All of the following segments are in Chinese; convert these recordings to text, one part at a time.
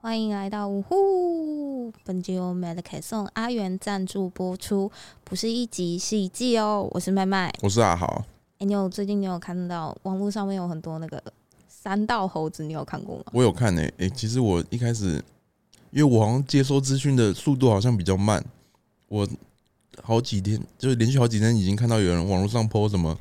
欢迎来到呜呼！本集由 Medic 送阿元赞助播出，不是一集是一季哦。我是麦麦。我是阿豪，哎、你有最近你有看到网络上面有很多那个三道猴子，你有看过吗？我有看诶、诶、其实我一开始，因为我好像接收资讯的速度好像比较慢，我好几天就是连续好几天已经看到有人网络上 PO 什么，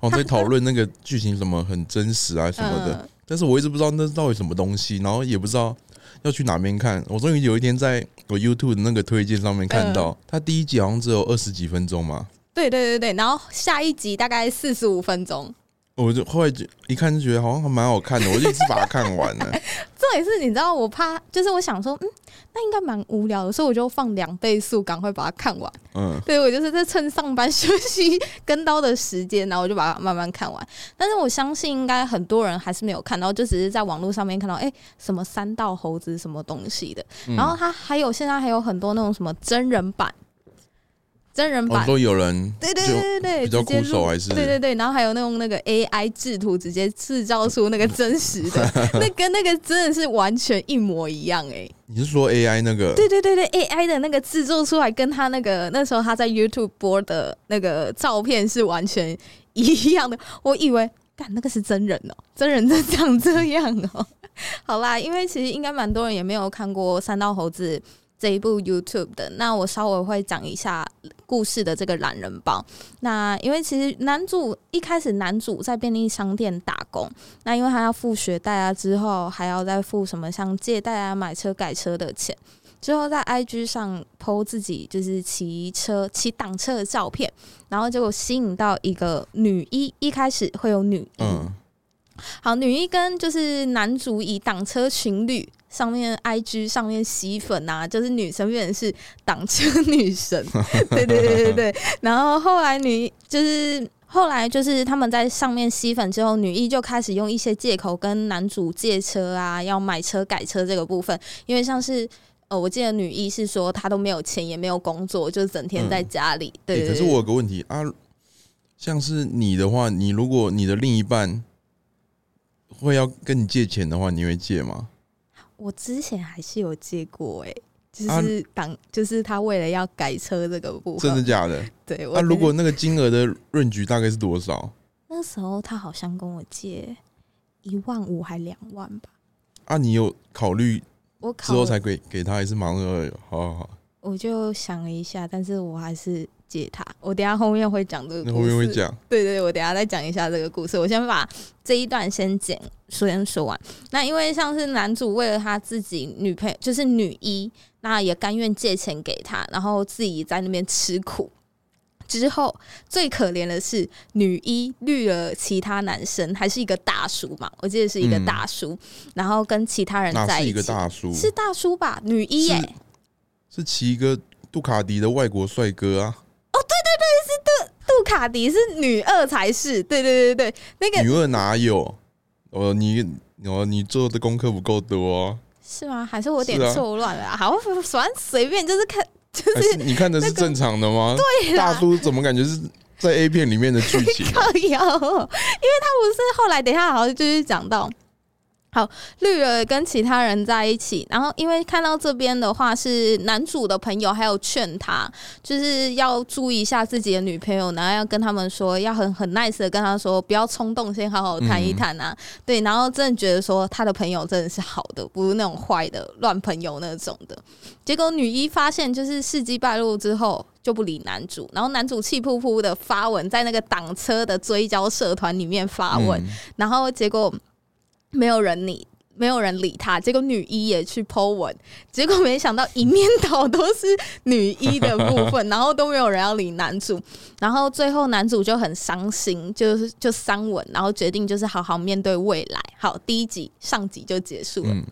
哦在讨论那个剧情什么很真实啊什么的，嗯但是我一直不知道那是到底什么东西，然后也不知道要去哪边看。我终于有一天在我 YouTube 的那个推荐上面看到，它第一集好像只有二十几分钟嘛，对对对对，然后下一集大概四十五分钟。我就后来就一看就觉得好像还蛮好看的，我就一直把它看完了。这也是你知道，我怕就是我想说，嗯，那应该蛮无聊的，所以我就放两倍速，赶快把它看完。嗯，对我就是在趁上班 休息跟刀的时间，然后我就把它慢慢看完。但是我相信应该很多人还是没有看到，就只是在网络上面看到，哎、什么三道猴子什么东西的。嗯然后它还有现在还有很多那种什么真人版，真人我版。哦说有人对对就对对对，比较直接枯手录还是对对对，然后还有那种那个 AI 制图，直接制造出那个真实的， 那跟那个真的是完全一模一样哎、你是说 AI 那个？对对对对，AI 的那个制作出来，跟他那个那时候他在 YouTube 播的那个照片是完全一样的。 我以为，干那个是真人哦、真人真长这样哦、 好啦，因为其实应该蛮多人也没有看过《三道猴子》这一部 YouTube 的，那我稍微会讲一下故事的这个懒人包。那因为其实男主一开始男主在便利商店打工，那因为他要付学贷啊，之后还要再付什么像借贷啊、买车、改车的钱。之后在 IG 上 PO 自己就是骑车、骑挡车的照片，然后结果吸引到一个女一，一开始会有女一，嗯，好，女一跟就是男主以挡车情侣上面 IG 上面吸粉啊，就是女生变成是挡车女神， 对对对对对。然后后来女就是后来就是他们在上面吸粉之后，女一就开始用一些借口跟男主借车啊，要买车改车这个部分，因为像是。呃，我记得女一是说她都没有钱，也没有工作，就是整天在家里。对欸对可是对我有个问题啊，像是你的话，你如果你的另一半会要跟你借钱的话，你会借吗？我之前还是有借过哎、啊就是当、就是他为了要改车这个部真的分，假的？对我啊，真的如果那个金额的润局大概是多少那时候他好像跟我借一万五还两万吧，啊？你有考虑我之考后了才给给他，还是马上就好好好？我就想了一下，但是我还是借他。我等一下后面会讲这个故那事，后面会讲，对对，对我等一下再讲一下这个故事。我先把这一段先讲，先说完。那因为像是男主为了他自己女朋友，就是女一，那也甘愿借钱给他，然后自己在那边吃苦。之后最可怜的是女一绿了其他男生，还是一个大叔嘛，我记得是一个嗯大叔，然后跟其他人哪在是一起，个大叔？是大叔吧？女一耶、是是骑一个杜卡迪的外国帅哥啊，杜卡迪是女二才是，对对对对，那个女二哪有？哦，你哦，你做的功课不够多哦、是吗？还是我有点是啊错乱了、啊？好， 反正随便就是看，就还是是你看的是那个正常的吗？对啦大叔怎么感觉是在 A 片里面的剧情？ 靠腰哦，因为他不是后来，等一下好像就是讲到。好，绿了跟其他人在一起，然后因为看到这边的话是男主的朋友，还有劝他，就是要注意一下自己的女朋友，然后要跟他们说，要很很 nice 的跟他说，不要冲动，先好好谈一谈啊。对，然后真的觉得说他的朋友真的是好的，不是那种坏的乱朋友那种的。结果女一发现就是事迹败露之后就不理男主，然后男主气扑扑的发文在那个挡车的追焦社团里面发文，嗯然后结果没有人理，没有人理他。结果女一也去 Po 文，结果没想到一面倒都是女一的部分， 然后都没有人要理男主。然后最后男主就很伤心，就是就删文，然后决定就是好好面对未来。好，第一集上集就结束了。嗯，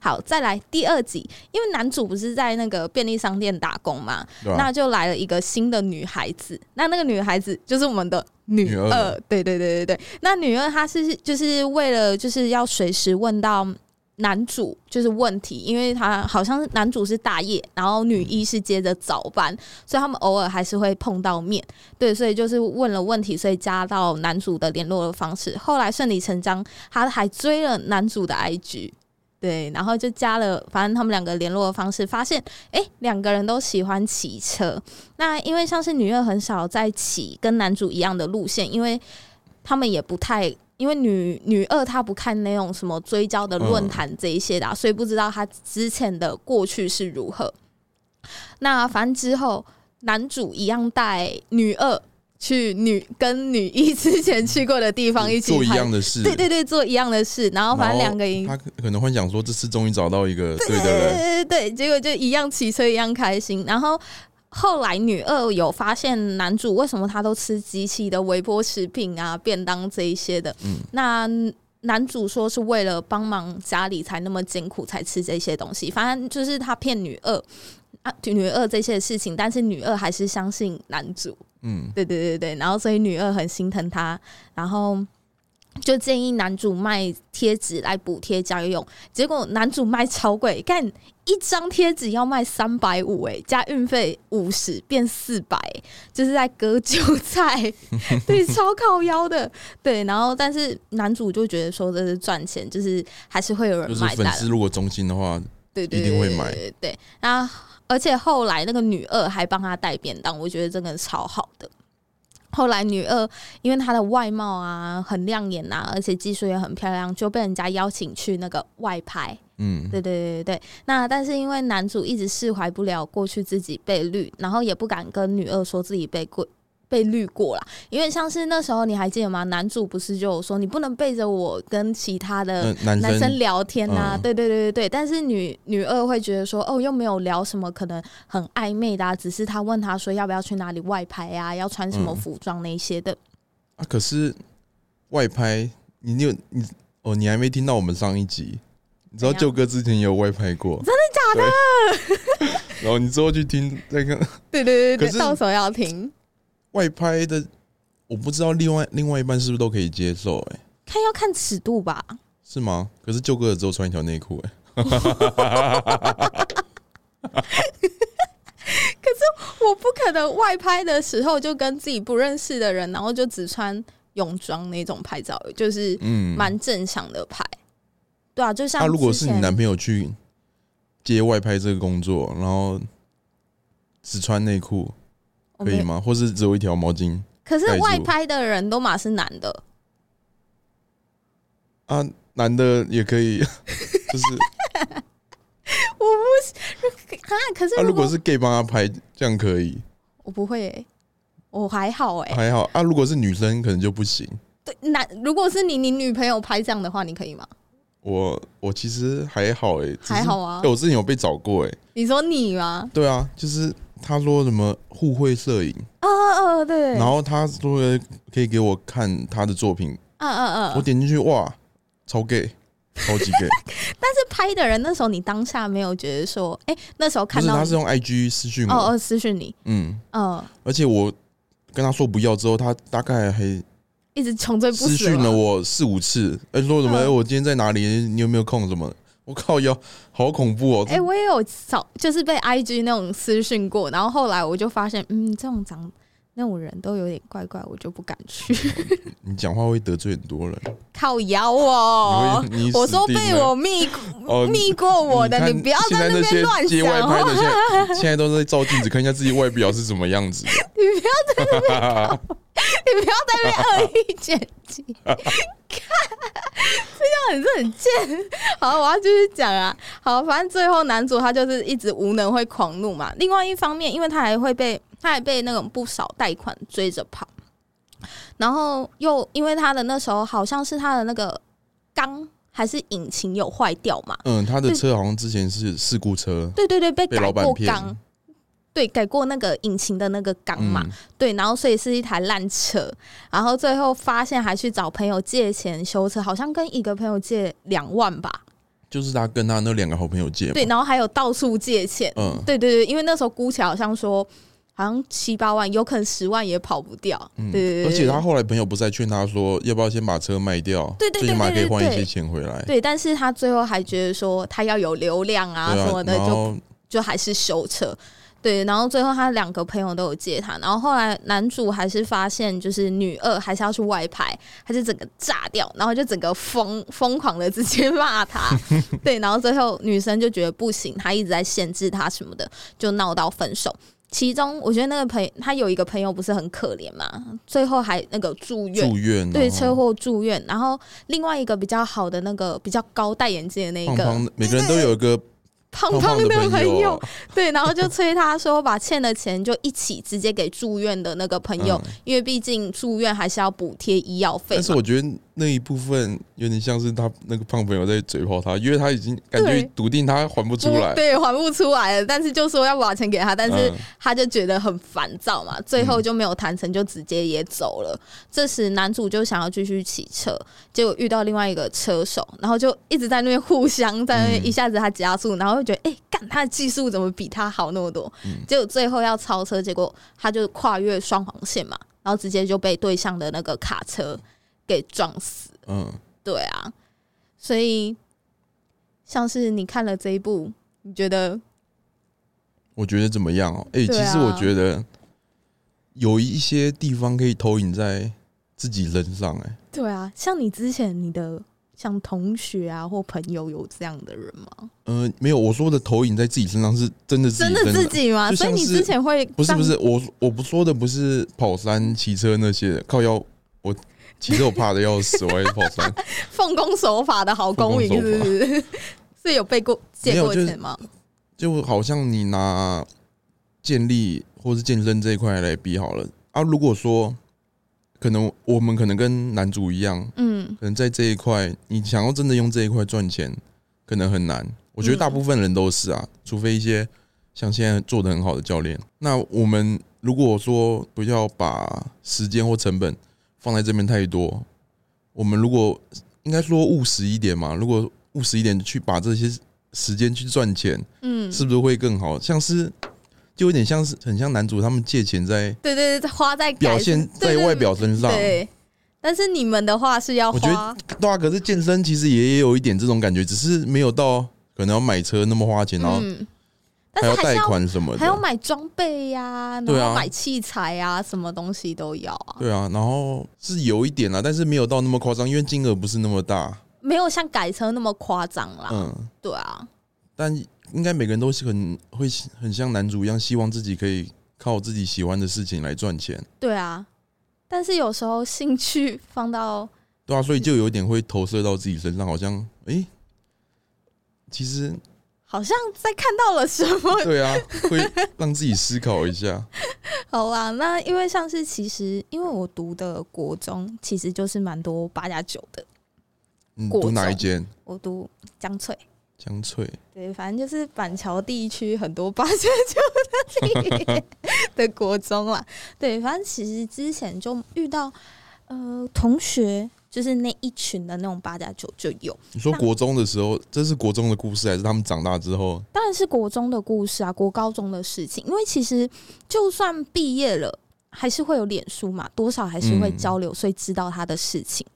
好，再来第二集，因为男主不是在那个便利商店打工嘛，对吧那？就来了一个新的女孩子，那那个女孩子就是我们的女女二，二对对对对对。那女二她是就是为了就是要随时问到男主就是问题，因为她好像是男主是大夜，然后女一是接着早班，所以他们偶尔还是会碰到面。对，所以就是问了问题，所以加到男主的联络的方式。后来顺理成章，她还追了男主的 IG。对，然后就加了，反正他们两个联络的方式，发现哎，诶两个人都喜欢骑车。那因为像是女二很少在骑跟男主一样的路线，因为他们也不太，因为女女二她不看那种什么追焦的论坛这一些的啊、嗯所以不知道她之前的过去是如何。那反正之后男主一样带女二去女跟女一之前去过的地方一起做一拍样的事，对对对，做一样的事，然后然后反正两个人他可能幻想说这次终于找到一个对的人，对对对，结果就一样骑车一样开心。然后后来女二有发现男主为什么他都吃机器的微波食品啊、便当这一些的，嗯那。男主说是为了帮忙家里才那么艰苦才吃这些东西，反正就是他骗女二啊女二这些事情，但是女二还是相信男主，嗯，对对对对，然后所以女二很心疼他，然后就建议男主卖贴纸来补贴家用，结果男主卖超贵，干一张贴纸要卖三百五，哎，加运费五十变四百，就是在割韭菜，对，超靠腰的，对，然后但是男主就觉得说这是赚钱，就是还是会有就人是买粉单，啊丝如果忠心的话，对对一对定会对买对对，那而且后来那个女二还帮他带便当，我觉得真的超好的。后来女二因为她的外貌啊很亮眼啊，而且技术也很漂亮，就被人家邀请去那个外拍。嗯，对对对对对。那但是因为男主一直释怀不了过去自己被绿，然后也不敢跟女二说自己被过被绿过啦，因为像是那时候你还记得吗？男主不是就有说你不能背着我跟其他的那男男生生聊天啊，嗯对对对对对，但是女女二会觉得说，哦，又没有聊什么可能很暧昧的、啊，只是他问他说要不要去哪里外拍啊，要穿什么嗯服装那一些的，啊，可是外拍，你你有你哦，你还没听到我们上一集，你知道怎样舅哥之前也有外拍过，真的假 的？然后你之后去听再看对对对可对，是到时候要听，外拍的，我不知道另外另外一半是不是都可以接受、欸，哎，看要看尺度吧。是吗？可是舅哥只有穿一条内裤，哎， 我不可能外拍的时候就跟自己不认识的人，然后就只穿泳装那种拍照，就是嗯，蛮正常的拍。对啊，就像那、如果之是你前男朋友去接外拍这个工作，然后只穿内裤我可没以吗？或是只有一条毛巾可是盖住外拍的人都嘛是男的，啊？男的也可以， 就是我不是 啊。可是啊，如如果果是 gay 帮他拍，这样可以我不会、欸，我还好 哎、还好啊。如果是女生，可能就不行。对，男，如果是你，你女朋友拍这样的话，你可以吗？我我其实还好哎、欸，只是还好啊欸我之前有被找过哎、欸，你说你吗？对啊，就是他说什么互惠摄影，啊啊啊，对，然后他说可以给我看他的作品，啊啊啊我！点进去哇，超 gay，超级 gay。但是拍的人那时候你当下没有觉得说，哎、那时候不看是，到他你是用 IG 私讯我，哦哦私讯你，嗯，嗯，而且我跟他说不要之后，他大概还一直穷追不私舍讯嘛了我四五次，哎、说什么、嗯哎我今天在哪里，你有没有空什么的？我靠腰，好恐怖哦！哎、我也有找，就是被 IG 那种私讯过，然后后来我就发现，嗯，这种长那种人都有点怪怪，我就不敢去 你讲话会得罪很多人。靠摇哦你。会你我说死定被了我密哦你密过我的，看你不要现在在那边些乱街外想拍哦，的，现 在现在都在照镜子看一下自己外表是什么样子。你不要你不要在那边恶意剪 辑，看，这样你是很贱。好，我要继续讲啊。好，反正最后男主他就是一直无能，会狂怒嘛。另外一方面，因为他还会被他还被那种不少贷款追着跑，然后又因为他的那时候好像是他的那个缸还是引擎有坏掉嘛，嗯，他的车好像之前是事故车，对对对，被被改老板过骗。缸，对，改过那个引擎的那个缸嘛。嗯，对，然后所以是一台烂车，然后最后发现还去找朋友借钱修车，好像跟一个朋友借两万吧，就是他跟他那两个好朋友借嘛。对，然后还有到处借钱，嗯对对对，因为那时候估起来好像说好像七八万，有可能十万也跑不掉，嗯，对对对，而且他后来朋友不是还劝他说，要不要先把车卖掉，对对对最起码可以换一对对些对钱回来。对，但是他最后还觉得说他要有流量啊对什么的，然就后就还是修车。对，然后最后他两个朋友都有接他，然后后来男主还是发现，就是女二还是要去外拍，他就整个炸掉，然后就整个疯疯狂的直接骂他，对，然后最后女生就觉得不行，他一直在限制他什么的，就闹到分手。其中我觉得那个朋他有一个朋友不是很可怜嘛，最后还那个住院，住院啊哦对，然后车祸住院。然后另外一个比较好的那个比较高戴眼镜的那一胖个胖的，每个人都有一个胖胖胖的的朋友友，，对，然后就催他说把欠的钱就一起直接给住院的那个朋友，嗯因为毕竟住院还是要补贴医药费但是嘛。我觉得那一部分有点像是他那个胖朋友在嘴炮他，因为他已经感觉对笃定他还不出来。对，还不出来了，但是就说要把钱给他，但是嗯他就觉得很烦躁嘛，最后就没有谈成，就直接也走了。这时男主就想要继续骑车，结果遇到另外一个车手，然后就一直在那边互相，在那边嗯一下子他加速，然后就觉得哎，诶干、他的技术怎么比他好那么多？嗯结果最后要超车，结果他就跨越双黄线嘛，然后直接就被对向的那个卡车给撞死。嗯，对啊，所以像是你看了这一部，你觉得我觉得怎么样哦？哎、其对啊实我觉得有一些地方可以投影在自己身上、哎，对啊？像你之前你的像同学啊或朋友有这样的人吗？嗯，没有，我说的投影在自己身上是真的自真己的身自上。己吗？就所像以你是之前会不是让不是，我我不说的不是跑山、骑车那些的，靠腰，我骑车我怕的要死，我还跑山。奉公守法的好公民，奉是公守不法是？ 是有被过借没有过就是钱吗？就好像你拿建立或是健身这一块来比好了啊。如果说可能我们可能跟男主一样，嗯，可能在这一块你想要真的用这一块赚钱，可能很难。我觉得大部分人都是啊，除非一些像现在做的很好的教练。那我们如果说不要把时间或成本放在这边太多，我们如果应该说务实一点嘛，如果务实一点去把这些时间去赚钱。嗯，是不是会更好？像是就有点像是很像男主他们借钱在对对对，花在改表现在对对外表身上。对，但是你们的话是要我觉花，对啊，可是健身其实也有一点这种感觉，只是没有到可能要买车那么花钱，然后嗯，但是还要还是贷要款什么还要的。买装备呀、然对啊后买器材呀、什么东西都要啊，对啊，然后是有一点啦，但是没有到那么夸张，因为金额不是那么大。没有像改车那么夸张啦，嗯，对啊，但应该每个人都是很会很像男主一样，希望自己可以靠自己喜欢的事情来赚钱。对啊，但是有时候兴趣放到对啊，所以就有一点会投射到自己身上，好像诶，其实好像在看到了什么 对啊，会让自己思考一下。好啦，那因为像是其实因为我读的国中其实就是蛮多八加九的，嗯，过读哪一重间？我读江翠，江翠。对，反正就是板桥地区很多八加九的地的国中啦。 对，反正其实之前就遇到呃同学，就是那一群的那种八加九就有，你说国中的时候，这是国中的故事，还是他们长大之后？当然是国中的故事啊，国高中的事情。因为其实就算毕业了，还是会有脸书嘛，多少还是会交流，所以知道他的事情。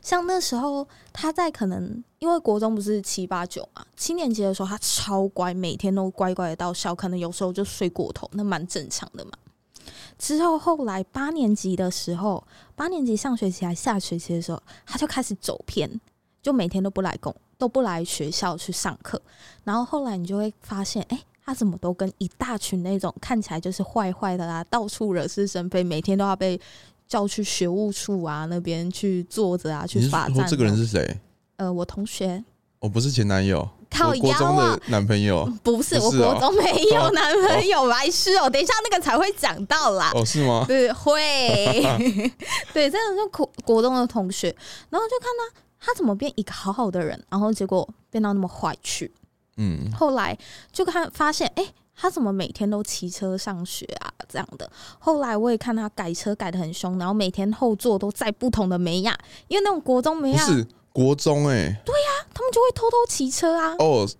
像那时候他在可能因为国中不是七八九嘛，七年级的时候他超乖，每天都乖乖的到校，可能有时候就睡过头，那蛮正常的嘛。之后后来八年级的时候，八年级上学期还下学期的时候，他就开始走偏，就每天都不来公都不来学校去上课，然后后来你就会发现，哎、他怎么都跟一大群那种看起来就是坏坏的啦，到处惹是生非，每天都要被叫去学务处啊那边去坐着啊，去你是罚说站啊。这个人是谁？呃，我同学哦，不是前男友，靠我国腰中啊的，男 朋友。不是不我是 哦国中没有男朋友，白痴哦，等一下那个才会讲到啦。哦，是吗？ 对，会，对，真的是国国中的同学，然后就看他他怎么变一个好好的人，然后结果变到那么坏去，嗯，后来就看发现，哎、他怎么每天都骑车上学啊？这样的。后来我也看他改车改的很凶，然后每天后座都载不同的美亚，因为那种国中美不亚，是国中哎、他们就会偷偷骑车啊。哦，对啊，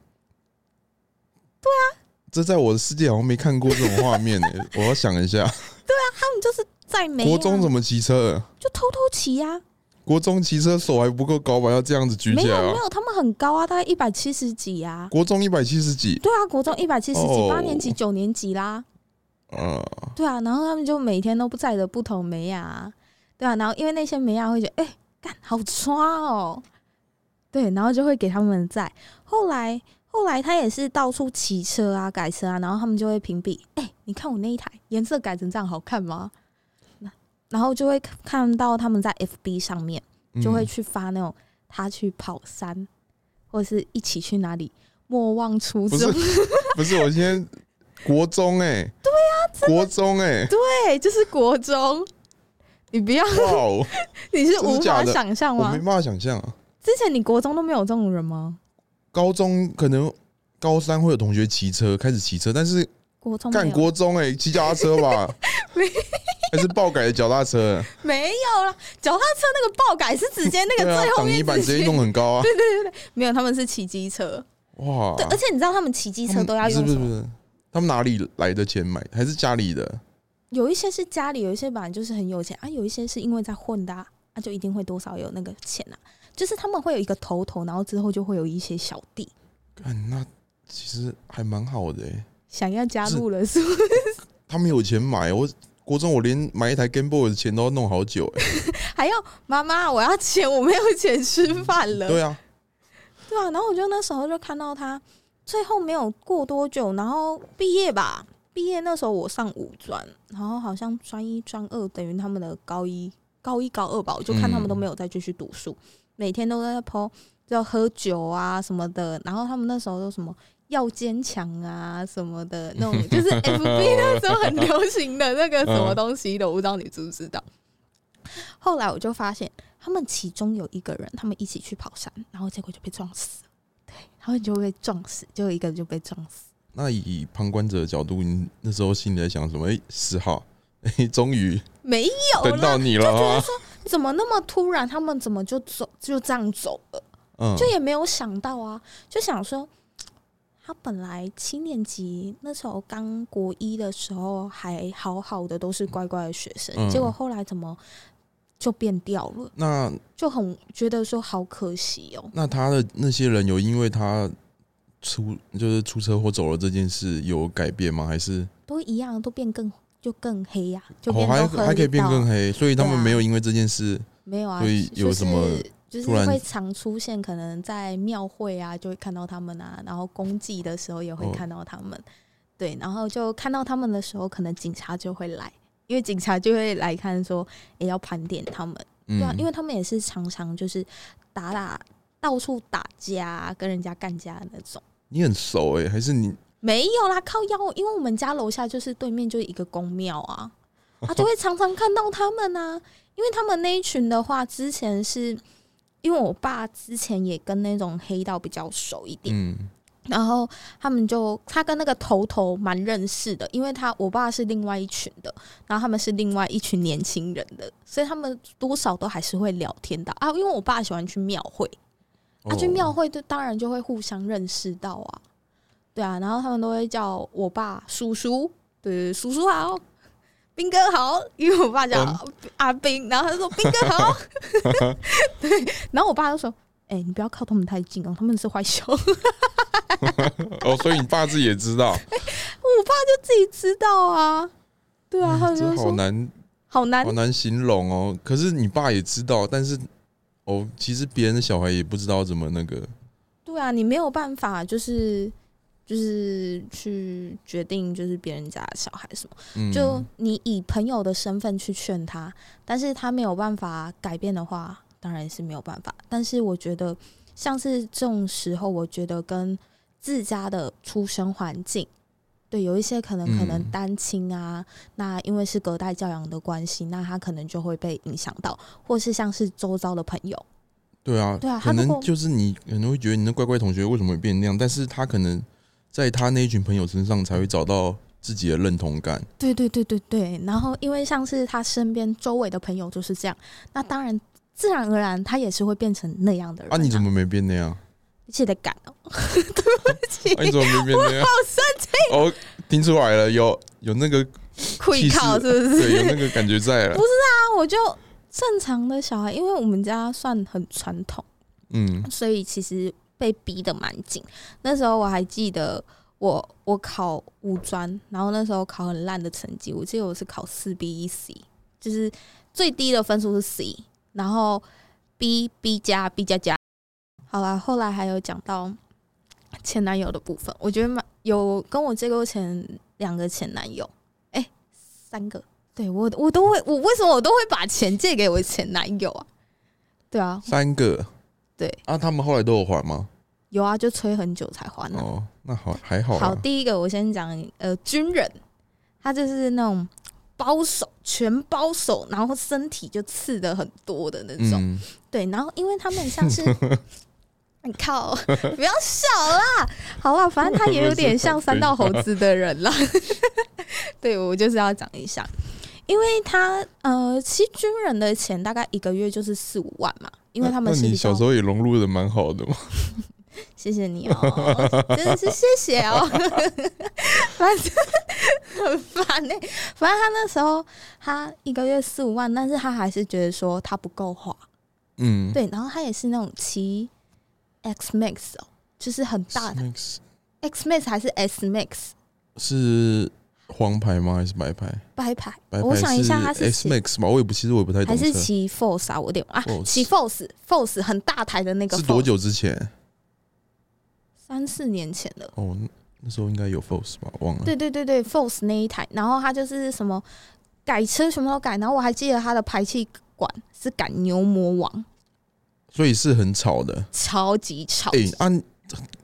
这在我的世界好像没看过这种画面哎、 我要想一下，他们就是载美亚，国中怎么骑车？就偷偷骑啊。国中骑车手还不够高吧？要这样子举没起有来没啊！有，他们很高啊，大概一百七十几啊。国中一百七十几，对啊，国中一百七十几，哦八年级、九年级啦。啊，对啊，然后他们就每天都不载着不同美亚、啊，对啊，然后因为那些美亚会觉得，哎、干好抓哦，对，然后就会给他们载。后来后来他也是到处骑车啊、改车啊，然后他们就会评比，哎、你看我那一台颜色改成这样好看吗？那然后就会看到他们在 FB 上面嗯就会去发那种他去跑山，或者是一起去哪里莫忘初不衷是， 不是，我今天国中哎、对啊，国中哎、对，就是国中。你不要哇哦，你是真的无假法的想象我吗没？办法想象啊。之前你国中都没有这种人吗？高中可能高三会有同学骑车开始骑车，但是国中哦没干有，国中哎、骑脚踏车 吧，还是爆改的脚踏车、没有啦。脚踏车那个爆改是直接那对个啊最，后挡泥面板直 接弄很高啊，没有，他们是骑机车。哇！对，而且你知道他们骑机机车都要用哦不是什不么？是，他们哪里来的钱买？还是家里的？有一些是家里，有一些本来就是很有钱啊，有一些是因为在混的啊，啊就一定会多少有那个钱啊。就是他们会有一个头头，然后之后就会有一些小弟干那其实还蛮好的、欸，想要加入了，是不是？他们有钱买。我国中我连买一台 Game Boy 的钱都要弄好久、欸，还要妈妈，我要钱，我没有钱吃饭 了。对啊，对啊，然后我就那时候就看到他，最后没有过多久，然后毕业吧，毕业那时候我上五专，然后好像专一、专二等于他们的高一、高一、高二吧，我就看他们都没有再继续读书，每天都在抛就喝酒啊什么的，然后他们那时候都什么。要坚强啊什么的那种，就是 F B 那时候很流行的那嗯个什么东西的，我不知道你知不知道。后来我就发现，他们其中有一个人，他们一起去跑山，然后结果就被撞死了。对，他们就被撞死，就有一个人就被撞死。那以旁观者的角度，你那时候心里在想什么？哎、十号，哎、终于没有 等到啦，你了哦啊！怎么那么突然？他们怎么就走就这样走了？嗯就也没有想到啊，就想说，他本来七年级那时候刚国一的时候还好好的，都是乖乖的学生，嗯结果后来怎么就变掉了？那就很觉得说好可惜哦、那他的那些人有因为他出就是出车祸走了这件事有改变吗？还是都一样，都变更就更黑呀、就哦变都还喝还可以变更黑，黑，所以他对们啊没有因为这件事没有啊，所以有什么就是、突就是然会常出现，可能在庙会啊就会看到他们啊，然后公祭的时候也会哦看到他们，对，然后就看到他们的时候，可能警察就会来。因为警察就会来看说，也、要盘点他们，嗯对啊，因为他们也是常常就是打打到处打架啊、跟人家干架的那种。你很熟哎、还是你没有啦，靠腰，因为我们家楼下就是对面就是一个公庙啊，啊，就会常常看到他们啊。因为他们那一群的话，之前是因为我爸之前也跟那种黑道比较熟一点，嗯然后他们就他跟那个头头蛮认识的，因为他我爸是另外一群的，然后他们是另外一群年轻人的，所以他们多少都还是会聊天的啊。因为我爸喜欢去庙会，啊，去庙哦会就当然就会互相认识到啊，对啊，然后他们都会叫我爸叔叔，对，叔叔好，兵哥好，因为我爸叫嗯阿兵，然后他就说兵哥 好，对，然后我爸就说，哎、你不要靠他们太近哦，他们是坏 熊，我哦，所以你爸自己也知道，爸就自己知道啊， 对啊，他们就哎这好说难好难好难形容哦。可是你爸也知道，但是哦，其实别人的小孩也不知道怎么那个，对啊，你没有办法，就是就是去决定，就是别人家的小孩什么。嗯，就你以朋友的身份去劝他，但是他没有办法改变的话，当然是没有办法。但是我觉得，像是这种时候，我觉得跟自家的出生环境，对，有一些可能嗯可能单亲啊，那因为是隔代教养的关系，那他可能就会被影响到，或是像是周遭的朋友，对啊，对啊他可如能果就是你可能会觉得你那乖乖同学为什么会变那样，但是他可能在他那一群朋友身上才会找到自己的认同感。对对对对对。然后因为像是他身边周围的朋友就是这样，那当然自然而然他也是会变成那样的人、啊，你怎么没变那样？记得赶哦，对啊、不你起，怎么没变那样？ 哦，听出来了，有有那个愧气势靠是不对，有是？ 那个感觉在啊了不。那我就正常的小孩，因为我们家算很传统。嗯，所以其实被逼得蛮紧。那时候我还记得我，我考五专，然后那时候考很烂的成绩，我记得我是考四 B 一 C，就是最低的分数是 C，然后 B B 加 B 加加。好啦，后来还有讲到前男友的部分，我觉得蛮有跟我借过前两个前男友，哎、三个。对我，我都会，我为什么我都会把钱借给我前男友啊？对啊，三个。对啊，他们后来都有还吗？有啊，就催很久才还啊。哦，那好，还好好，啦。第一个我先讲，呃，军人，他就是那种包手，全包手，然后身体就刺的很多的那种。嗯，对，然后因为他们像 是，你靠， 不要笑啦，好啦，反正他也有点像三道猴子的人啦。 对，我就是要讲一下，因为他呃，其实军人的钱大概一个月就是四五万嘛，因为他们那是那比你较小时候也融入的蛮好的嘛。谢谢你哦， 真的是谢谢哦。 反正很烦呢、反正他那时候他一个月四五万，但是他还是觉得说他不够花。嗯，对，然后他也是那种骑 X Max 哦，就是很大的 Smax X Max 还是 S Max 是黄牌吗？还是白牌？白牌。白牌我想一下，他是是骑 X Max 吧？我也不，其实我也不太还懂车。是骑 Force 啊？我有点啊， Force 骑 Force Force 很大台的那个是 Force，多久之前？三四年前了。哦，那那时候应该有 Force 吧，忘了。对对对对，Force 那一台，然后他就是什么改车什么都改，然后我还记得他的排气管是改牛魔王，所以是很吵的。超级吵，哎、啊，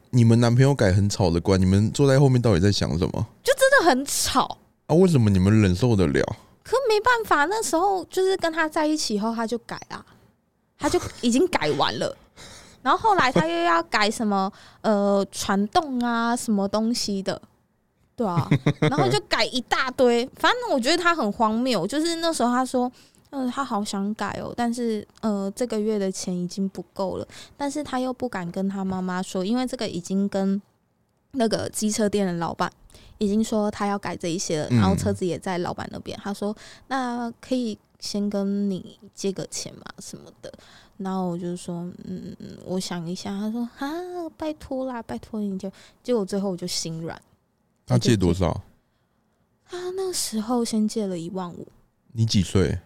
你们男朋友改很吵的关，你们坐在后面到底在想什么真的很吵。啊？为什么你们忍受得了？可没办法，那时候就是跟他在一起以后，他就改啦，他就已经改完了。然后后来他又要改什么呃传动啊什么东西的，对啊，然后就改一大堆。反正我觉得他很荒谬，就是那时候他说，嗯、他好想改哦，但是呃这个月的钱已经不够了，但是他又不敢跟他妈妈说，因为这个已经跟那个机车店的老板已经说他要改这一些了，嗯然后车子也在老板那边，他说那可以先跟你借个钱嘛什么的。然后我就说，嗯，我想一下。他说啊，拜托啦，拜托你就。结果最后我就心软。他借多少？他那时候先借了一万五，你几岁？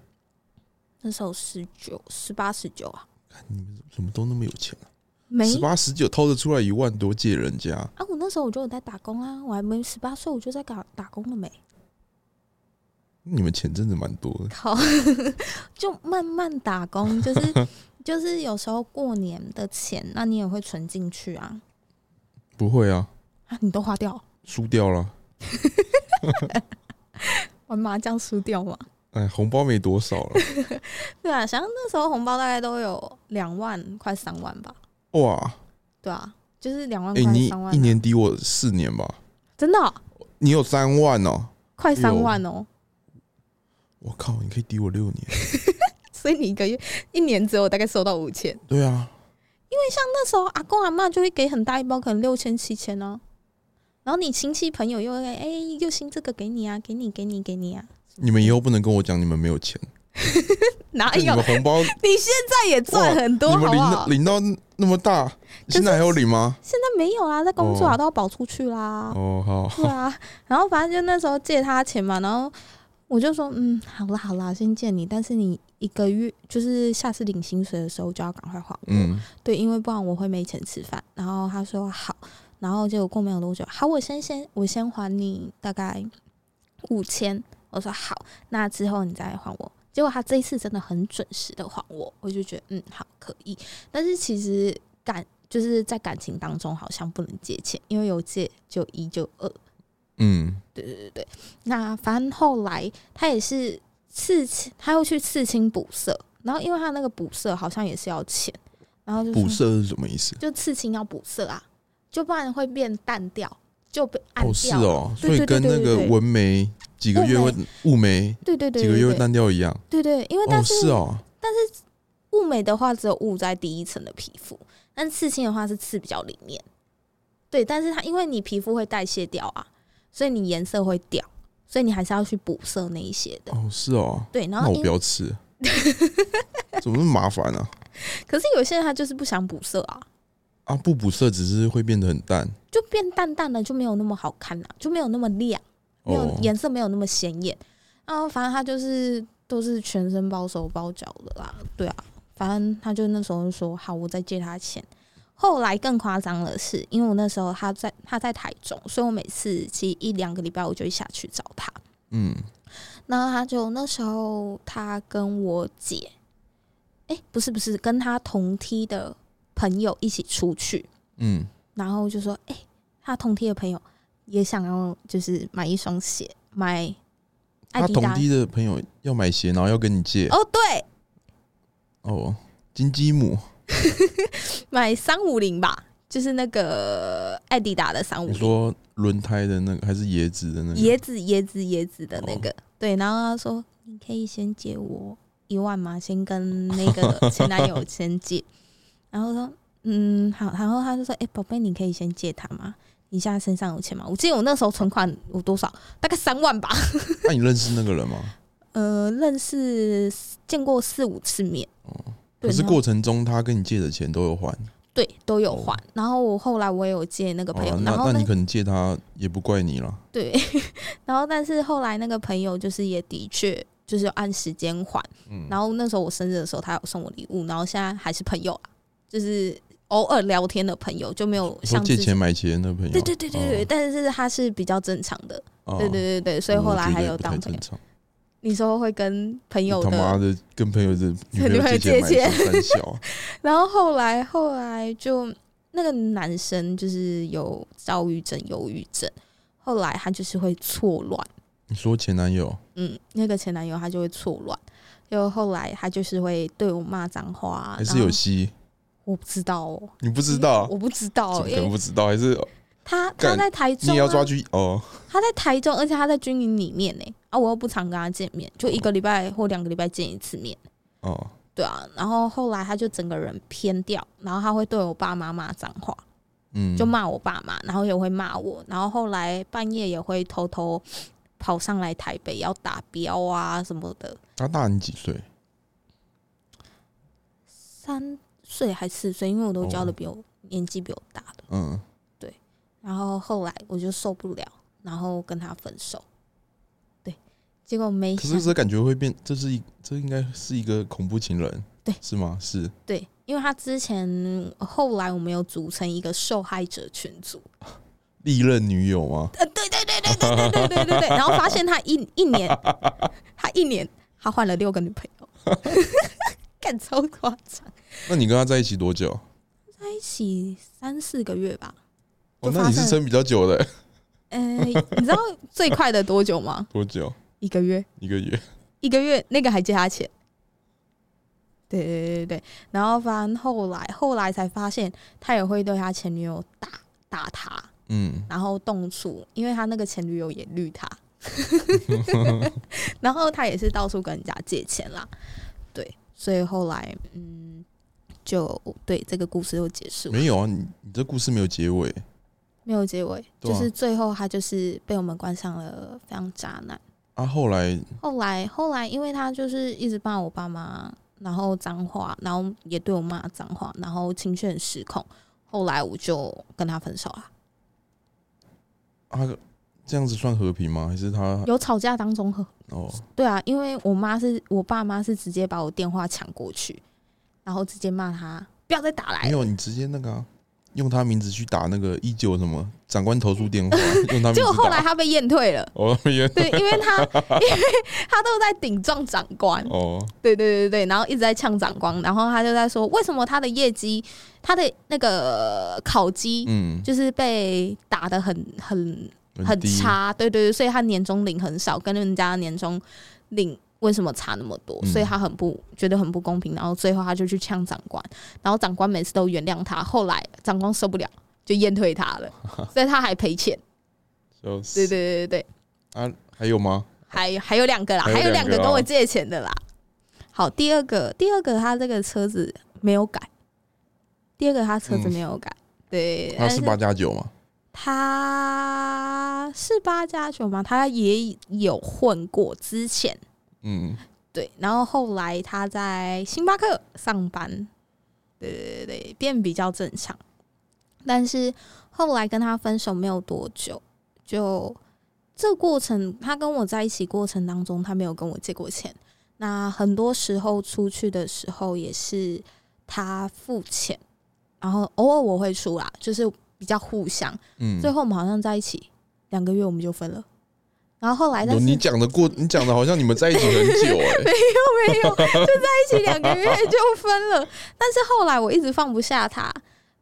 那时候十九、十八、十九啊，你们怎么都那么有钱、啊？没十八十九掏得出来一万多借人家，啊，我那时候我就有在打工啊，我还没十八岁，我就在打打工了没？你们钱真的蛮多的。靠， 就慢慢打工，就是 就是有时候过年的钱，那你也会存进去啊，不会啊，啊，你都花掉，输掉了。玩麻将输掉嘛？哎，红包没多少 了，对啊，想想那时候红包大概都有两万快三万吧，哇！对啊，就是两万哎、块你三万啊、一年抵我四年吧？真的哦、你有三万哦、快三有万哦、我靠，你可以抵我六年。 所以你一个月一年只有大概收到五千。对啊，那时候阿公阿妈就会给很大一包，可能六千七千哦。然后你亲戚朋友又会哎、又新这个给你啊，给你给你给你啊，你们以后不能跟我讲你们没有钱，哪就你有？们红 包你现在也赚很多，哎好你们不领好到？领到那么大，是现在还有领吗？现在没有啦，在工作啊哦都要保出去啦。哦，好，对啊，然后反正就那时候借他钱嘛，然后我就说，嗯，好啦好啦，先借你，但是你一个月就是下次领薪水的时候就要赶快还我。嗯，对，因为不然我会没钱吃饭。然后他说好，然后结果过没有多久，好，我先先我先还你大概五千。我说好，那之后你再还我。结果他这一次真的很准时的还我，我就觉得嗯好可以。但是其实感就是在感情当中好像不能借钱，因为有借就一就二。嗯，那反正后来他也是刺青，他又去刺青补色，然后因为他那个补色好像也是要钱，然后就补说色是什么意思？就刺青要补色啊，就不然会变淡掉，就被暗哦，是掉了。哦，对所以跟那对对个对对纹眉几个月会雾眉对对对几个对月会对对淡掉一样。对对，因为哦，但是是哦，雾眉的话只有雾在第一层的皮肤，但刺青的话是刺比较里面。对，但是它因为你皮肤会代谢掉啊，所以你颜色会掉，所以你还是要去补色那一些的。哦，是哦，对，然那后我因 不要吃，怎么那么麻烦啊？可是有些人他就是不想补色啊，啊，不补色只是会变得很淡就变淡淡的，就没有那么好看了、就没有那么亮，啊没有哦。颜色没有那么显眼。然后反正他就是都是全身包手包脚的啦，对啊，反正他就那时候说好，我再借他钱。后来更夸张的是，因为我那时候他在他在台中，所以我每次其实一两个礼拜我就会下去找他。嗯，那他就那时候他跟我姐，哎、不是不是，跟他同梯的朋友一起出去，嗯，然后就说，哎、他同梯的朋友也想要就是买一双鞋，买爱他迪同达。梯的朋友要买鞋，然后要跟你借哦，对，哦，金鸡母，买三五零吧，就是那个爱迪达的三五你零，说轮胎的那个还是椰子的哦那个？椰子椰子椰子的那个。对，然后他说，你可以先借我一万嘛，先跟那个前男友先借。然后说，嗯，好。然后他就说，哎、宝贝，你可以先借他吗？你现在身上有钱吗？我记得我那时候存款有多少，大概三万吧。那你认识那个人吗？呃，认识见过四五次面， 对哦可是然后过程中他跟你借的钱都有还，对都有还。然后我后来我也有借那个朋友，哦、然后那你可能借他也不怪你了。对， 然后但是后来那个朋友就是也的确就是有按时间还，嗯，然后那时候我生日的时候他有送我礼物，然后现在还是朋友啊，就是偶尔聊天的朋友就没有你说像借之钱前买钱的朋友，对对对对对，哦但是他是比较正常的，哦嗯对对对对，所以后来还有当朋友。你说会跟朋友他妈的，的跟朋友的女跟女朋朋友友借钱买借钱三 小，啊然后后来后来就那个男生就是有躁郁症、忧郁症，后来他就是会错乱。你说前男友嗯，那个前男友他就会错乱，就后来他就是会对我骂脏话啊，还是然后有吸？我不知道哦，你不知道？我不知怎 道么，可因能为不知道？还是他他干在台你也中、要抓啊，去哦？他在台中，而且他在军营里面呢、啊，我又不常跟他见面，就一个礼拜或两个礼拜见一次面，哦，对啊，然后后来他就整个人偏掉，然后他会对我爸妈骂脏话，嗯，就骂我爸妈，然后也会骂我，然后后来半夜也会偷偷跑上来台北要打标啊什么的，他大你几岁？三岁还四岁，因为我都教的哦比我、年纪比我大的。嗯，然后后来我就受不了，然后跟他分手。对，结果没可想是这感觉会变，这是一这应该是一个恐怖情人，对，是吗？是对，因为他之前后来我们有组成一个受害者群组，历任女友吗？呃，对对对对对对对对对对，然后发现他一一年，他一年他换了六个女朋友， 干超夸张，那你跟他在一起多久？在一起三四个月吧。哦，就那发你是生撑比较久的， 呃，你知道最快的多久吗？多久？一个月。一个月？一个月那个还借他钱。对对对对对，然后反正后来后来才发现，他也会对他前女友打打他，嗯，然后动粗，因为他那个前女友也绿 他，然后他也是到处跟人家借钱啦，对，所以后来嗯，就对这个故事就结束了，没有啊，你你这故事没有结尾，没有结尾，对就啊是最后他就是被我们关上了非常渣男。啊，后来后来后来，因为他就是一直骂我爸妈，然后脏话，然后也对我骂脏话，然后情绪很失控。后来我就跟他分手了，啊，这样子算和平吗？还是他有吵架当中和哦？对啊，因为我妈是我爸妈是直接把我电话抢过去，然后直接骂他不要再打来没了，有，你直接那个、啊、用他名字去打那个一九什么长官投诉 电话，用他名字结打。果后来他被验退了。哦，他们也对，因为他因为他都在顶撞长官，哦，对对对对，然后一直在呛长官，然后他就在说为什么他的业绩，他的那个考绩嗯，就是被打的很很很低，差，对对对，所以他年终领很少，跟人家年终领为什么差那么多？嗯所以他很不觉得很不公平，然后最后他就去呛长官，然后长官每次都原谅他，后来长官受不了就验退他 了，所以他还赔钱。笑死对对对对对，啊，还有吗？还还有两个啦，还有还有两两个个跟我哦借钱的啦。好，第二个第二个他这个车子没有改，第二个他车子嗯没有改，对，他但是八加九吗？他是八加九吗？他也有混过之前，嗯，对，然后后来他在星巴克上班，对对对对，变比较正常。但是后来跟他分手没有多久，就这过程，他跟我在一起过程当中，他没有跟我借过钱。那很多时候出去的时候也是他付钱，然后偶尔我会出啦，就是比较互相。嗯，最后我们好像在一起两个月，我们就分了。然后后来，哎但有是你讲的过，你讲的好像你们在一起很久哎、 没有，就在一起两个月就分了。 但是后来我一直放不下他，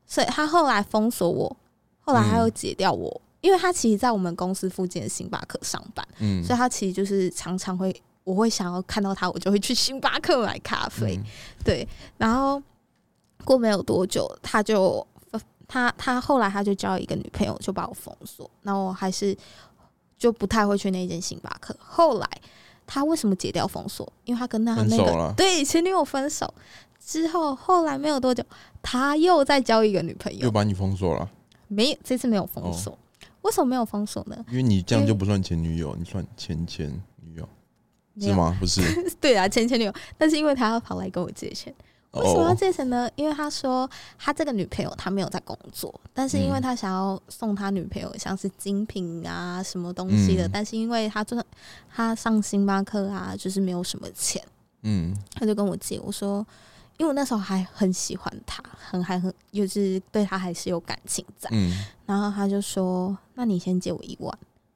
所以他后来封锁我，后来他又解掉我，因为他其实在我们公司附近的星巴克上班，嗯，所以他其实就是常常会，我会想要看到他，我就会去星巴克买咖啡。嗯对，然后过没有多久，他就他他后来他就交一个女朋友，就把我封锁。那我还是就不太会去那间星巴克。后来他为什么解掉封锁？因为他跟他分那手个了对前女友分手之后，后来没有多久，他又再交一个女朋又友，把你封锁了，没有这次没有封哦锁。为什么没有封锁呢？因为你这样就不算前女友，你算前前女友没是有，吗？不是， 对啊，前前女友，但是因为他要跑来跟我借钱。为什么要哦，借钱呢？因为他说他这个女朋友他没有在工作，但是因为嗯他想要送他女朋友像是精品啊什么东西的，嗯但是因为他真他上星巴克啊，就是没有什么钱，嗯，他就跟我借。我说，因为我那时候还很喜欢他，很还很就是对他还是有感情在。嗯，然后他就说：“那你先借我一万。”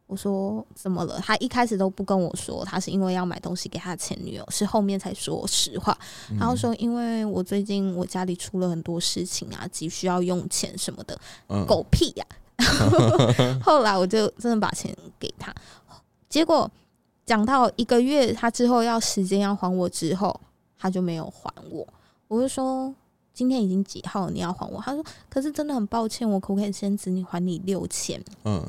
我说：“怎么了？”他一开始都不跟我说，他是因为要买东西给他的前女友，是后面才说实话。嗯然后，说：“因为我最近我家里出了很多事情啊，急需要用钱什么的，嗯，狗屁呀、 然后后来我就真的把钱给他，结果讲到一个月他之后要时间要还我之后，他就没有还我。我就说今天已经几号了你要还我？他说可是真的很抱歉，我可不可以先只你还你六千？嗯，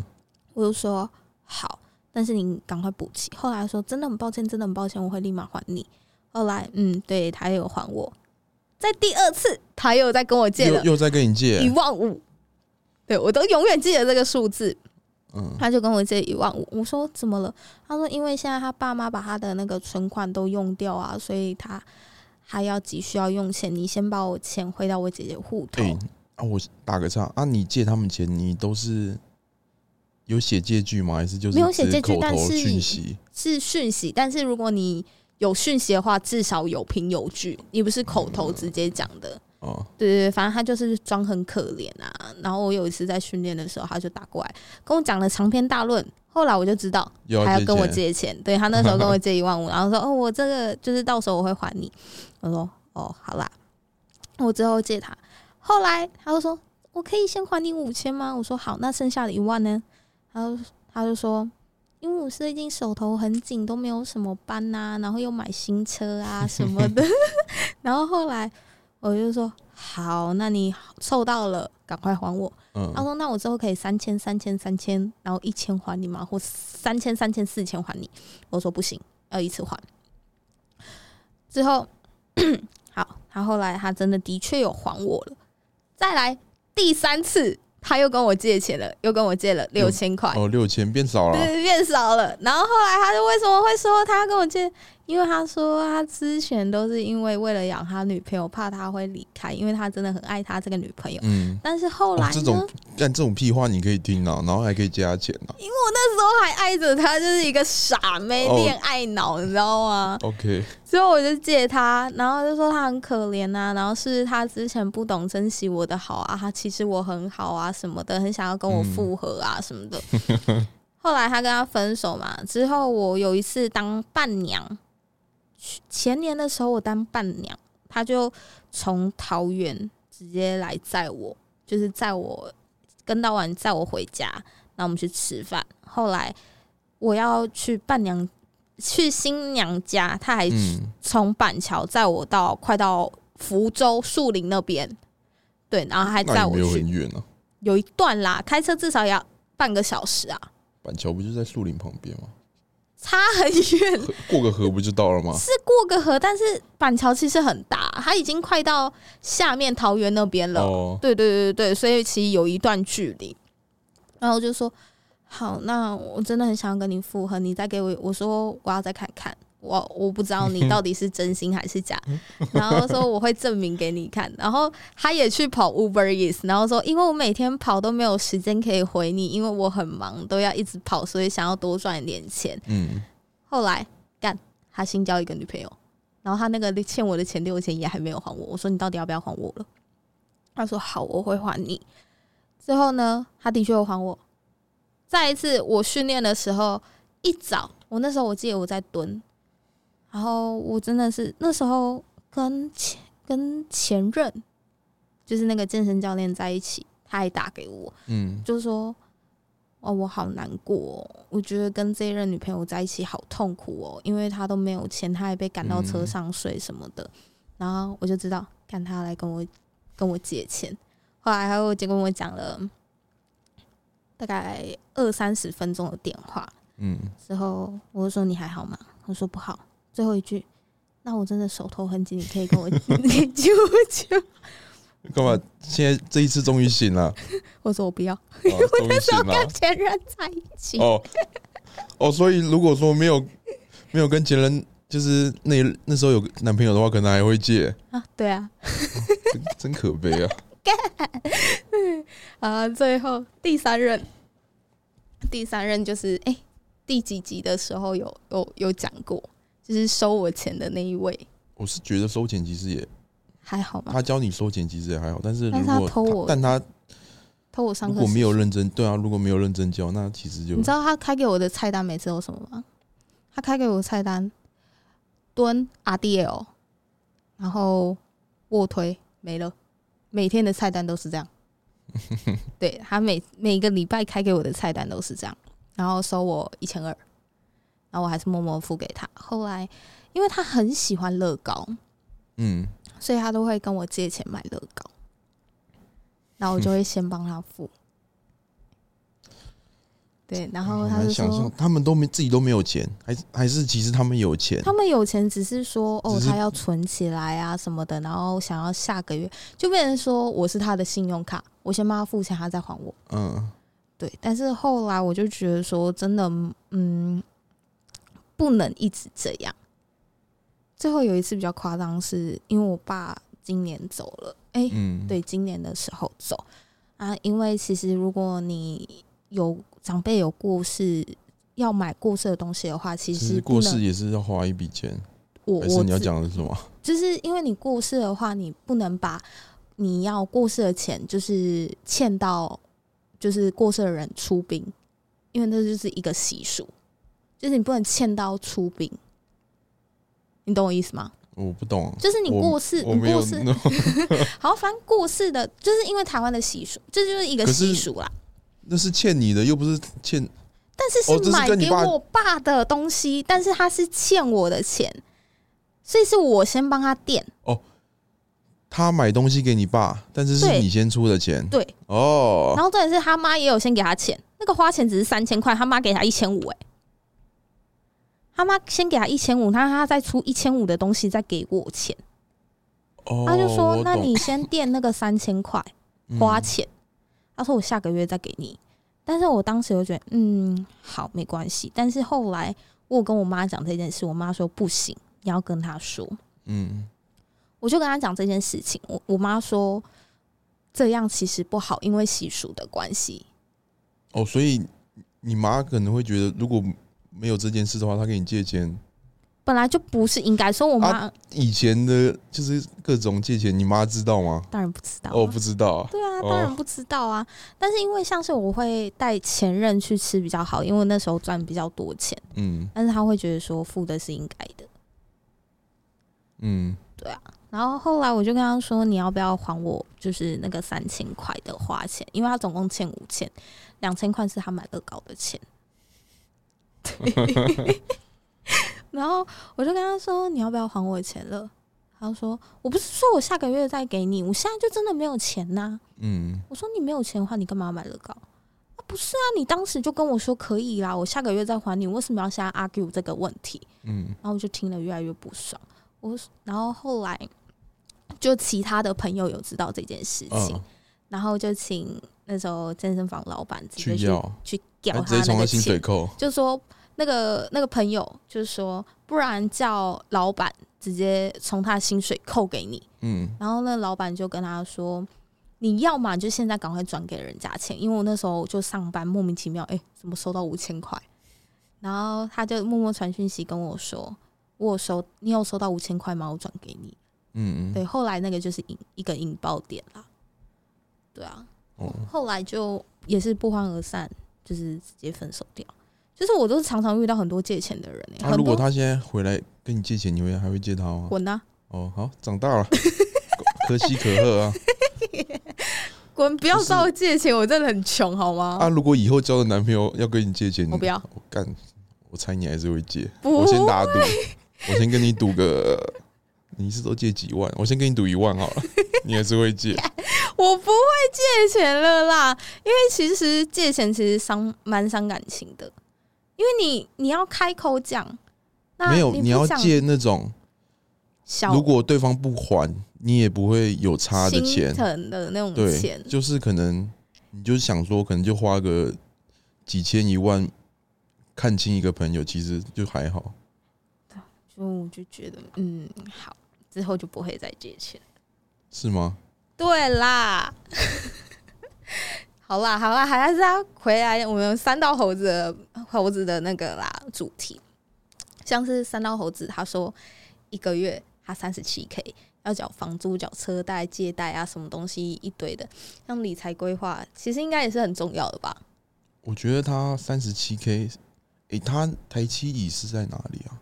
我就说好，但是你赶快补齐。后来说真的很抱歉，真的很抱歉，我会立马还你。后来嗯，对他也有还我，在第二次他又在跟我借了又又在跟你借一，万五，对我都永远记得这个数字。嗯他就跟我借一万五，我说怎么了？他说因为现在他爸妈把他的那个存款都用掉啊，所以他还要急需要用钱，你先把我钱汇到我姐姐户头。哎、啊，我打个岔啊，你借他们钱，你都是有写借据吗？还是就是没有写借据只口但头是讯息？是讯息，但是如果你有讯息的话，至少有凭有据，你不是口头直接讲的。哦，对对对，反正他就是装很可怜啊。然后我有一次在训练的时候，他就打过来跟我讲了长篇大论，后来我就知道又还要要跟我钱，借钱，对他那时候跟我借一万五，然后说哦，我这个就是到时候我会还你。我说哦，好啦，我之后借他。后来他就说我可以先还你五千吗？我说好，那剩下的一万呢？他就他就说。因为我最近手头很紧，都没有什么班呐、然后又买新车 啊什么的， 然后后来我就说好，那你凑到了，赶快还我。他嗯，说：“那我之后可以三千、三千、三千，然后一千还你吗？或三千、三千、四千还你？”我说：“不行，要一次还。”之后，好，他后来他真的的确有还我了。再来第三次，他又跟我借钱了，又跟我借了六千块，哦，六千变少了，对，变少了。然后后来他就为什么会说他跟我借？因为他说他之前都是因为为了养他女朋友，怕他会离开，因为他真的很爱他这个女朋友。嗯。但是后来哦、呢？这种干这种屁话你可以听啊，然后还可以加钱啊。那时候还爱着他，就是一个傻妹哦恋爱脑，你知道吗？ OK，所以我就借他，然后就说他很可怜呐、然后是他之前不懂珍惜我的好啊，他其实我很好啊什么的，很想要跟我复合啊什么的。 后来他跟他分手嘛，之后我有一次当伴娘，去前年的时候我当伴娘，他就从桃园直接来载我，就是载我跟到完载我回家，然后我们去吃饭。后来我要去伴娘去新娘家，他还嗯，从板桥载我到快到福州树林那边，对，然后还载那也我没有去很远啊，有一段啦，开车至少也要半个小时啊，板桥不就在树林旁边吗？差很远， 河过个河不就到了吗？是过个河，但是板桥其实很大，它已经快到下面桃园那边了。哦，对对对对，所以其实有一段距离。然后我就说：“好，那我真的很想要跟你复合，你再给我，我说我要再看看，我我我不知道你到底是真心还是假， 然后说我会证明给你看，然后他也去跑 Uber Eats，然后说因为我每天跑都没有时间可以回你，因为我很忙，都要一直跑，所以想要多赚一点钱。嗯，后来干，他新交一个女朋友，然后他那个欠我的钱六千也还没有还我。我说你到底要不要还我了？他说好，我会还你。最后呢，他的确有还我。再一次我训练的时候，一早我那时候我记得我在蹲，然后我真的是那时候跟前跟前任，就是那个健身教练在一起，他还打给我，嗯，就说：“哦，我好难过、哦，我觉得跟这一任女朋友在一起好痛苦哦，因为她都没有钱，她还被赶到车上睡什么的。然后我就知道，看她来跟我跟我借钱。后来还有就跟我讲了大概二三十分钟的电话，嗯，之后我就说你还好吗？我说不好。最后一句，那我真的手头很紧，你可以跟我你可以救救？干嘛？现在这一次终于 醒了，我说我不要，哦终于醒了跟。前任在一起。哦哦，所以如果说没有没有跟前任，就是那那时候有男朋友的话，可能还会借，啊，对啊。真真可悲啊！ 啊，最后第三任，第三任就是哎、诶第几集的时候有有有讲过，就是收我钱的那一位，我是觉得收钱其实也，还好吗？他教你收钱其实也还好，但是但如是他果偷我但他偷我上如课果时没有认真，对啊，如果没有认真教，那其实就你知道他开给我的菜单每次有什么吗？他开给我的菜单，蹲 RDL，然后卧推没了，每天的菜单都是这样。对他每每个礼拜开给我的菜单都是这样，然后收我一千二，然后我还是默默付给他。后来因为他很喜欢乐高，嗯，所以他都会跟我借钱买乐高，然后我就会先帮他付。对，然后很他就难想说象，他们都没自己都没有钱，还是还是其实他们有钱，他们有钱只是说哦只，是他要存起来啊什么的，然后想要下个月就变成说我是他的信用卡，我先帮他付钱，他再还我。嗯哎对，但是后来我就觉得说，真的，嗯，不能一直这样。最后有一次比较夸张，是因为我爸今年走了，哎、嗯，，对，今年的时候走啊，因为其实如果你有长辈有过世，要买过世的东西的话，其其实实不过能世也是要花一笔钱，我还是我你要自讲的是什么？就是因为你过世的话，你不能把你要过世的钱就是欠到就是过世的人出殡，因为那就是一个习俗，就是你不能欠到出殡。你懂我意思吗？我不懂，啊就是你我过世，我你没有过世，那种好，反正过世的，就是因为台湾的习俗，这就是一个可是习俗啦。 那是欠你的，又不是欠但是哦是这是买跟你给爸我爸的东西，但是他是欠我的钱，所以是我先帮他垫。他买东西给你爸，但是是对你先出的钱。对，哦，然后重点是他妈也有先给他钱，那个花钱只是三千块，他妈给他一千五，哎，他妈先给他一千五，他他再出一千五的东西再给我钱，哦他就说我：“那懂嗯你先垫那个三千块花钱。他说：“我下个月再给你。”但是我当时就觉得，嗯，好，没关系。但是后来我有跟我妈讲这件事，我妈说不行，你要跟他说。嗯我就跟他讲这件事情，我我妈说这样其实不好，因为习俗的关系。嗯，哦，所以你妈可能会觉得，如果没有这件事的话，她给你借钱，本来就不是应该，所以啊我妈、以前的就是各种借钱，你妈知道吗？当然不知道啊、哦，不知道啊，对啊，哦当然不知道啊。但是因为像是我会带前任去吃比较好，因为那时候赚比较多钱，嗯但是他会觉得说付的是应该的。嗯，然后后来我就跟他说，你要不要还我就是那个三千块的花钱？因为他总共欠五千，两千块是他买乐高的钱。 对。然后我就跟他说，你要不要还我钱了？他就说，我不是说我下个月再给你，我现在就真的没有钱呐、嗯，我说你没有钱的话，你干嘛要买乐高？啊，不是啊，你当时就跟我说可以啦，我下个月再还你，为什么要现在 argue 这个问题？嗯然后我就听了越来越不爽。我说然后后来就其他的朋友有知道这件事情，嗯，然后就请那时候健身房老板直接去去要，去她屌直接他从那她个薪水钱，扣，就说那个那个朋友就是说，不然叫老板直接从他薪水扣给你。嗯，然后那老板就跟他说：“你要嘛就现在赶快转给人家钱，因为我那时候就上班，莫名其妙，哎、怎么收到五千块？”然后他就默默传讯息跟我说：“我有收，你有收到五千块吗？我转给你。嗯嗯，对，啊后来那个就是引一个引爆点啦。对啊，哦，后来就也是不欢而散，就是直接分手掉。就是我都常常遇到很多借钱的人、欸，那、很啊如多果他现在回来跟你借钱，你会还会借他吗？滚啊哦，好，长大了， 可喜可贺啊！滚，不要不是找我借钱，我真的很穷， 好吗？啊，如果以后交的男朋友要跟你借钱，我不要，我干，我猜你还是会借。不我先打赌，我先跟你赌个，你是都借几万？我先跟你赌一万好了，你还是会借。我不会借钱了啦，因为其实借钱其实伤蛮伤感情的，因为你你要开口讲，那没有，你你不要讲借那种，小如果对方不还，你也不会有差的心钱。疼的那种对钱，，就是可能你就想说，可能就花个几千一万看清一个朋友，其实就还好。所以我就觉得嗯好，之后就不会再借钱。是吗？对啦， 好啦好啦，还是要回来我们三道猴子的猴子的那个啦主题，像是三道猴子他说一个月他三十七 k 要缴房租、缴车贷、借贷啊，什么东西一堆的，像理财规划其实应该也是很重要的吧？我觉得他三十七 K，诶，他台七乙是在哪里啊？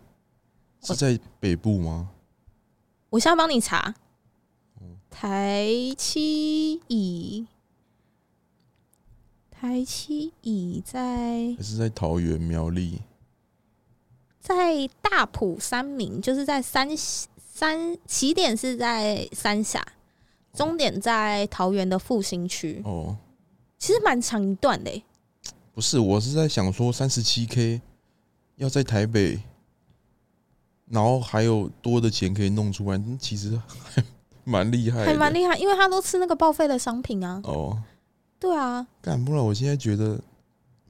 我是在北部吗？我现在帮你查嗯，台七乙，台七乙在还是在桃园苗栗？在大埔三明，就是在三峡三起点是在三峡，终点在桃园的复兴区，哦，其实蛮长一段的欸、不是，我是在想说三十七 K 要在台北，然后还有多的钱可以弄出来，那其实还 蛮厉害的，还蛮厉害，因为他都吃那个报废的商品啊。哦。对啊，干不然，我现在觉得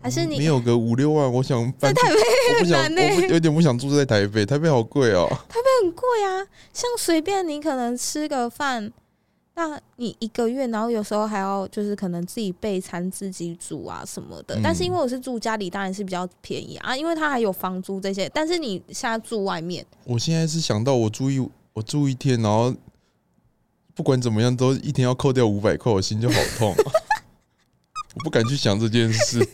还是没你有个五六万，我想在搬去，台北我不想，很难欸我不有点不想住在台北，台北好贵哦。很贵啊，像随便你可能吃个饭，那你一个月，然后有时候还要就是可能自己备餐、自己煮啊什么的。嗯但是因为我是住家里，当然是比较便宜啊，因为它还有房租这些。但是你现在住外面。我现在是想到我住一我住一天，然后不管怎么样都一天要扣掉五百块，我心就好 痛、我不敢去想这件事，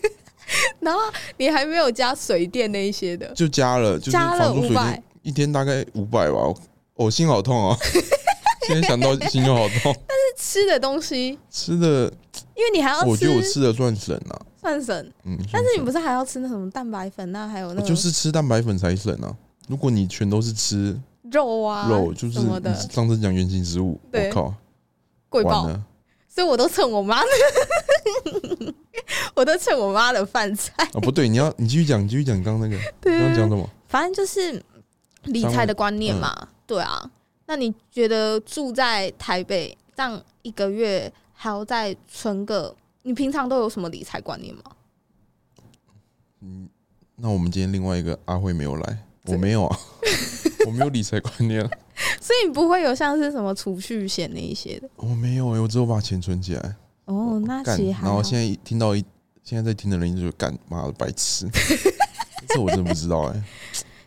然后你还没有加水电那一些的，就加了，就是加了房租水五百电，一天大概五百吧，我我心好痛 啊！现在想到心就好痛。吃的东西，吃的，因为你还要我觉得我吃吃的算省啊，算省，嗯，哦但是你算不是还要吃那什么蛋白粉啊，还有那省我种就是吃蛋白粉才省啊。如果你全都是吃肉啊，肉，就是什么你的上次讲原型食物，对我靠，贵完爆，了，所以我都蹭我妈的， 我都蹭我妈的饭菜。啊不对，你要你继续讲，你继续讲你刚刚那个，哎 对你刚刚讲什么？反正就是理财的观嗯念嘛，对啊。那你觉得住在台北这样一个月，还要再存个？你平常都有什么理财观念吗？嗯，那我们今天另外一个阿慧没有来，对我没 有啊，我没有理财观念啊，所以你不会有像是什么储蓄险那一些的我没有、欸，我只有把钱存起来。哦。那干其实，还然好后现在一听到一现在在听的人就干妈的白痴， 这我真的不知道哎、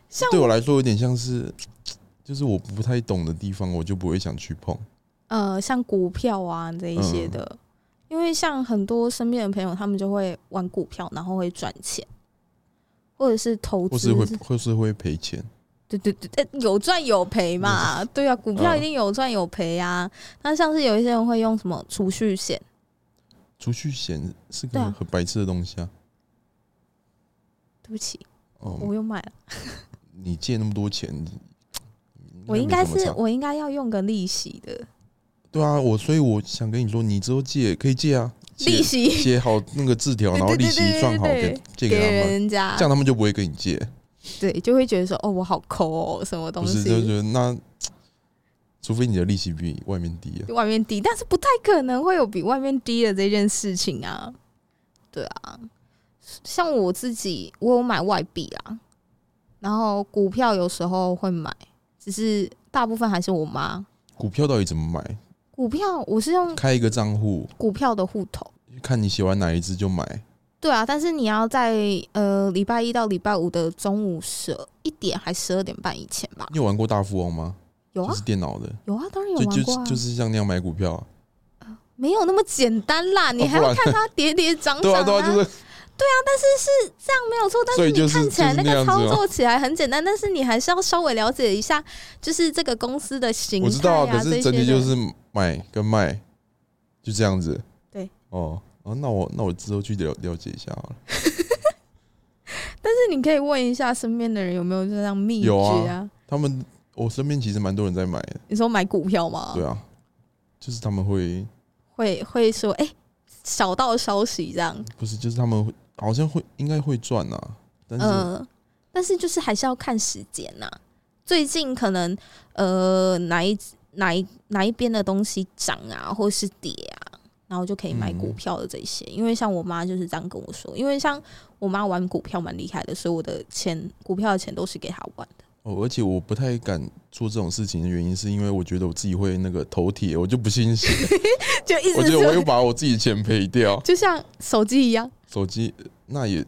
像对我来说有点像是，就是我不太懂的地方，我就不会想去碰。呃，像股票啊这一嗯些的，因为像很多身边的朋友，他们就会玩股票，然后会赚钱，或者是投或资是，会，或是会赔钱。对对对，呃有赚有赔嘛，嗯对啊，股票一定有赚有赔啊。那、像是有一些人会用什么储蓄险，储蓄险是对个啊很白痴的东西啊。对不起，哦，我又买了，你借那么多钱，我应没该什么是差我应该要用个利息的对啊，我所以我想跟你说，你之后借可以借啊，借利息写好那个字 条，然后利息算好对对给对借给给他们，人家这，样他们就不会跟你借。对，就会觉得说哦，我好抠哦，什么东不西是，就觉得那，除非你的利息比外面低啊。外面低，但是不太可能会有比外面低的这件事情啊。对啊，像我自己，我有买外币啊，然后股票有时候会买，只是大部分还是我妈。股票到底怎么买？股票我是用开一个账户，股票的户头，看你喜欢哪一只就买。对啊，但是你要在呃礼拜一到礼拜五的中午十一点还十二点半以前吧。你有玩过大富翁吗？有啊就是，电脑的，有啊，当然有就玩过就啊，就是像那样买股票啊。没有那么简单啦，你还哦不要然看它跌跌涨涨 对啊，对啊，就是没有错，但所以是就你是看起来就那是那个样子哦操嘛作起来很简单，但是你还是要稍微了解一下，就是这个公司的形态我知道啊啊，可是这整些体就的是买跟卖，就这样子。对，哦，哦，那我那我之后去了了解一下好了。但是你可以问一下身边的人有没有这样秘诀有啊啊？他们我身边其实蛮多人在买的，你说买股票吗？对啊，就是他们会会会说哎、小道消息这样，不是就是他们会好像会应该会赚啊，但是、嗯，但是就是还是要看时间呐、最近可能呃哪一哪一哪一边的东西涨啊，或是跌啊，然后就可以买嗯股票的这些。因为像我妈就是这样跟我说，因为像我妈玩股票蛮厉害的，所以我的钱股票的钱都是给她玩的。哦，而且我不太敢做这种事情的原因，是因为我觉得我自己会那个头铁，我就不信 邪，就一我直觉得我又就。把我自己钱赔掉 就像手机一样，手机那也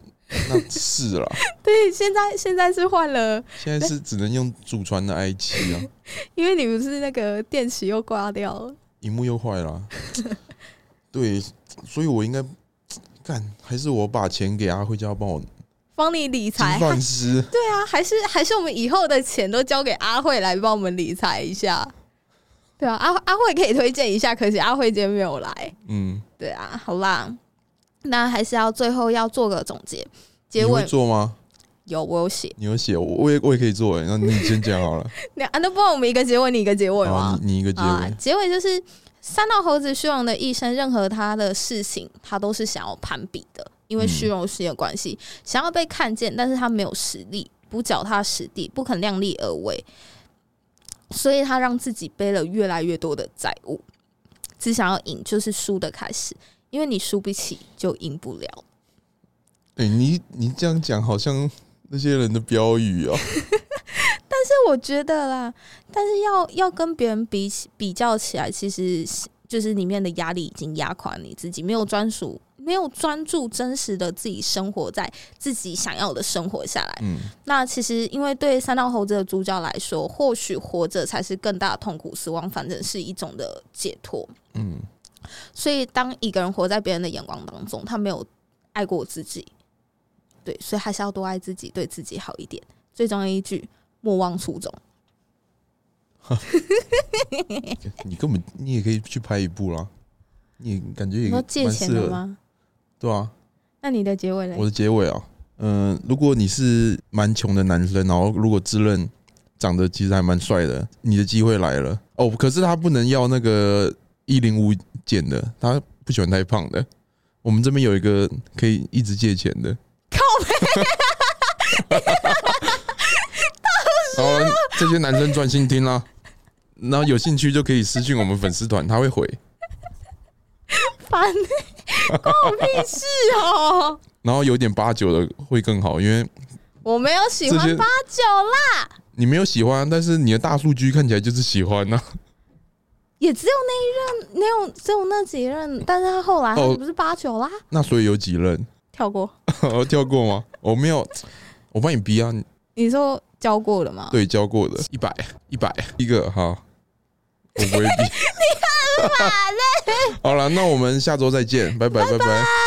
那是啦，对，现在现在是换了，现在是只能用祖传的 i 七啊，因为你不是那个电池又挂掉了。荧幕又坏了啊、对，所以我应该干，还是我把钱给他，会叫他帮我金帮你理财，饭 吃。对啊，还是还是我们以后的钱都交给阿慧来帮我们理财一下。对啊，阿阿慧可以推荐一下，可惜阿慧今天没有来。嗯，对啊，好啦，那还是要最后要做个总结。你结会尾做吗？有我有写，你有写，我我也我也可以做哎、那你先讲好了。那啊那不 然我们一个结尾你一个结尾好，吗？你你一个结啊尾，，结尾就是三道猴子虚荣的一生，任何他的事情，他都是想要攀比的，因为嗯虚荣心的关系，想要被看见，但是他没有实力，不脚踏实地，不肯量力而为，所以他让自己背了越来越多的债务，只想要赢，就是输的开始，因为你输不起就赢不了。哎、你你这样讲好像那些人的标语哦、但我觉得啦，但是要要跟别人比起比较起来，其实是就是里面的压力已经压垮你自己，没有专属，没有专注真实的自己生活在自己想要的生活下来。嗯，那其实因为对三道猴子的主角来说，或许活着才是更大的痛苦，死亡反正是一种的解脱。嗯，所以当一个人活在别人的眼光当中，他没有爱过自己，对，所以还是要多爱自己，对自己好一点。最重要一句，莫忘初衷。哎你根本你也可以去拍一部啦，你也感觉也你说蛮借钱适的合，吗？对啊。那你的结尾嘞我？的结尾啊，嗯、如果你是蛮穷的男生，然后如果自认长得其实还蛮帅的，你的机会来了哦。可是他不能要那个一零五减的，他不喜欢太胖的。我们这边有一个可以一直借钱的，靠背。好了，这些男生专心听啦。然后有兴趣就可以私信我们粉丝团，他会回。烦、欸，关我屁事哦！然后有点八九的会更好，因为我没有喜这些欢八九啦，你没有喜欢，但是你的大数据看起来就是喜欢啊呐、也只有那一任，没有只有那几任，但是他后来他哦不是八九啦， 那所以有几任？ 跳过。教过吗？我没有，我帮你逼啊。你说教过了吗？ 对，教过的，一百，一百，一个好， 哎我不会逼。好了，那我们下周再见，拜拜，拜拜